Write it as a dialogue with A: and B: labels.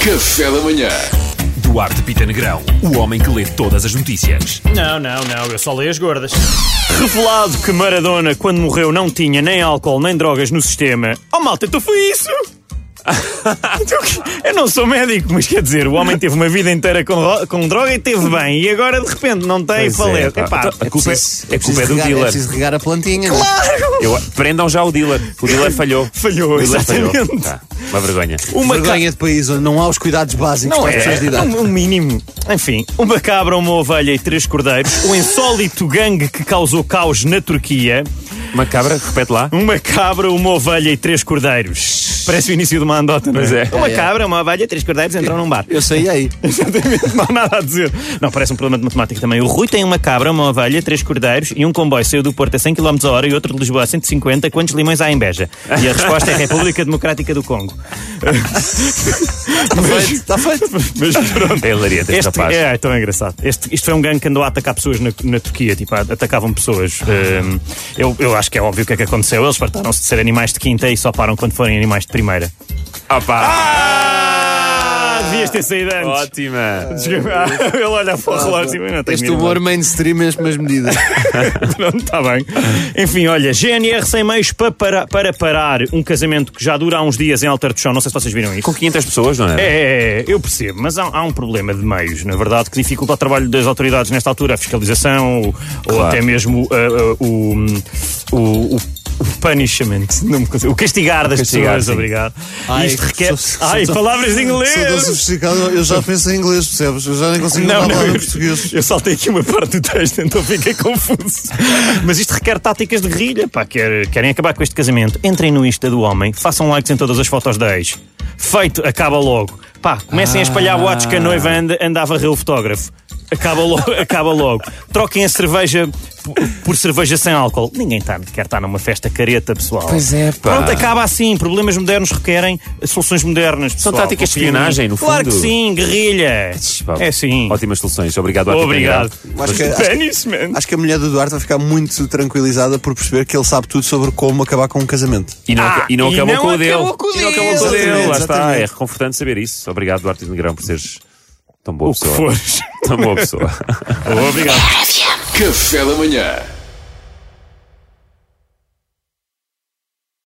A: Café da Manhã.
B: Duarte Pita Negrão, o homem que lê todas as notícias.
C: Não, não, não, eu só leio as gordas.
D: Revelado que Maradona, quando morreu, não tinha nem álcool nem drogas no sistema. Oh malta, então foi isso! Então, eu não sou médico, mas quer dizer, o homem teve uma vida inteira com, ro- com droga e teve bem, e agora de repente não tem
E: Pois é,
D: falete.
E: pá.
D: Epá,
E: Então, a culpa é,
F: preciso-
E: a culpa é
F: preciso
E: do
F: regar,
E: dealer.
F: É preciso regar a plantinha. é?
E: Eu- prendam já o dealer. O dealer falhou.
D: Falhou,
E: o dealer
D: exatamente.
E: Tá, uma vergonha.
D: uma ca-
F: Vergonha de país onde não há os cuidados básicos
D: Não
F: para as pessoas de
D: é,
F: idade.
D: um, um mínimo. Enfim, uma cabra, uma ovelha e três cordeiros, o insólito gangue que causou caos na Turquia,
E: Uma cabra, repete lá.
D: Uma cabra, Um uma ovelha e três cordeiros. Parece o início de uma andota, não
E: Pois
D: é?
E: é.
D: Uma
F: É, é.
D: cabra, uma ovelha, três cordeiros entram num bar.
F: Eu saí aí.
D: Não há nada a dizer. Não, parece um problema de matemática também. O Rui tem uma cabra, uma ovelha, três cordeiros e um comboio saiu do Porto a 100 km a hora e outro de Lisboa a 150. Quantos limões há em Beja? E a resposta é República Democrática do Congo.
F: Está feito.
D: Mas pronto.
E: É hilariante este,
D: Este,
E: rapaz.
D: é, é tão engraçado. Este, isto foi um gangue que andou a atacar pessoas na, na Turquia, tipo, a- atacavam pessoas. Ehm, eu, eu acho que é óbvio o que é que aconteceu. Eles fartaram-se de ser animais de quinta e só param quando forem animais de primeira.
E: Ah, pá.
D: Ah, devias ter saído antes.
E: Ótima.
D: Ele olha para o relógio e não tem
F: Este
D: mínimo.
F: humor mainstream, é as mesmas medidas.
D: Pronto, está bem. Enfim, olha, GNR sem meios para, para, para parar um casamento que já dura há uns dias em Alter do Chão. Não sei se vocês viram isto.
E: Com 500 pessoas, não é?
D: É, é, é, eu percebo, mas há, há um problema de meios, na verdade, que dificulta o trabalho das autoridades nesta altura, a fiscalização ou, ou
E: Claro.
D: até mesmo ah, ah, o, o, o- o punishment, não me consigo- o castigar das
E: castigar,
D: pessoas,
E: sim.
D: obrigado.
F: Ai,
D: Isto requer.
F: sou- sou-
D: Ai,
F: sou-
D: palavras de
F: Sou tão
D: inglês!
F: sofisticado, eu já penso em inglês, percebes? Eu já nem consigo
D: Não,
F: falar
D: não,
F: em
D: eu,
F: português.
D: eu saltei aqui uma parte do texto, então fiquei confuso. Mas isto requer táticas de guerrilha, pá. Quer, querem acabar com este casamento? Entrem no Insta do homem, façam likes em todas as fotos da ex. Feito, acaba logo. Pá, comecem a espalhar boatos que a noiva anda, anda a varrer o fotógrafo. Acaba logo, acaba logo. Troquem a cerveja por, por cerveja sem álcool. Ninguém tá, quer estar numa festa careta, pessoal.
F: Pois é, pá.
D: Pronto, acaba assim. Problemas modernos requerem soluções modernas.
E: São
D: pessoal.
E: táticas de
D: Confiem em mim.
E: espionagem, no
D: Claro que
E: fundo.
D: sim, guerrilha.
E: Pá,
D: É sim.
E: Ótimas soluções. Obrigado, Arthur
D: Obrigado.
E: Pinheiro.
F: Acho que, acho,
D: Punishment.
F: acho que a mulher do Duarte vai ficar muito tranquilizada por perceber que ele sabe tudo sobre como acabar com um casamento.
E: E não,
D: Ah,
E: aca- e não
D: e
E: acabou
D: não
E: com o
D: acabou
E: dele.
D: com o
E: E não
D: dele.
E: acabou com o dele. Lá
F: Exatamente,
E: está.
F: exatamente.
E: É reconfortante saber isso. Obrigado, Duarte Negrão, por seres tão boa
D: O que
E: pessoa.
D: fores.
E: Tão boa pessoa.
D: Obrigado.
A: Café da Manhã.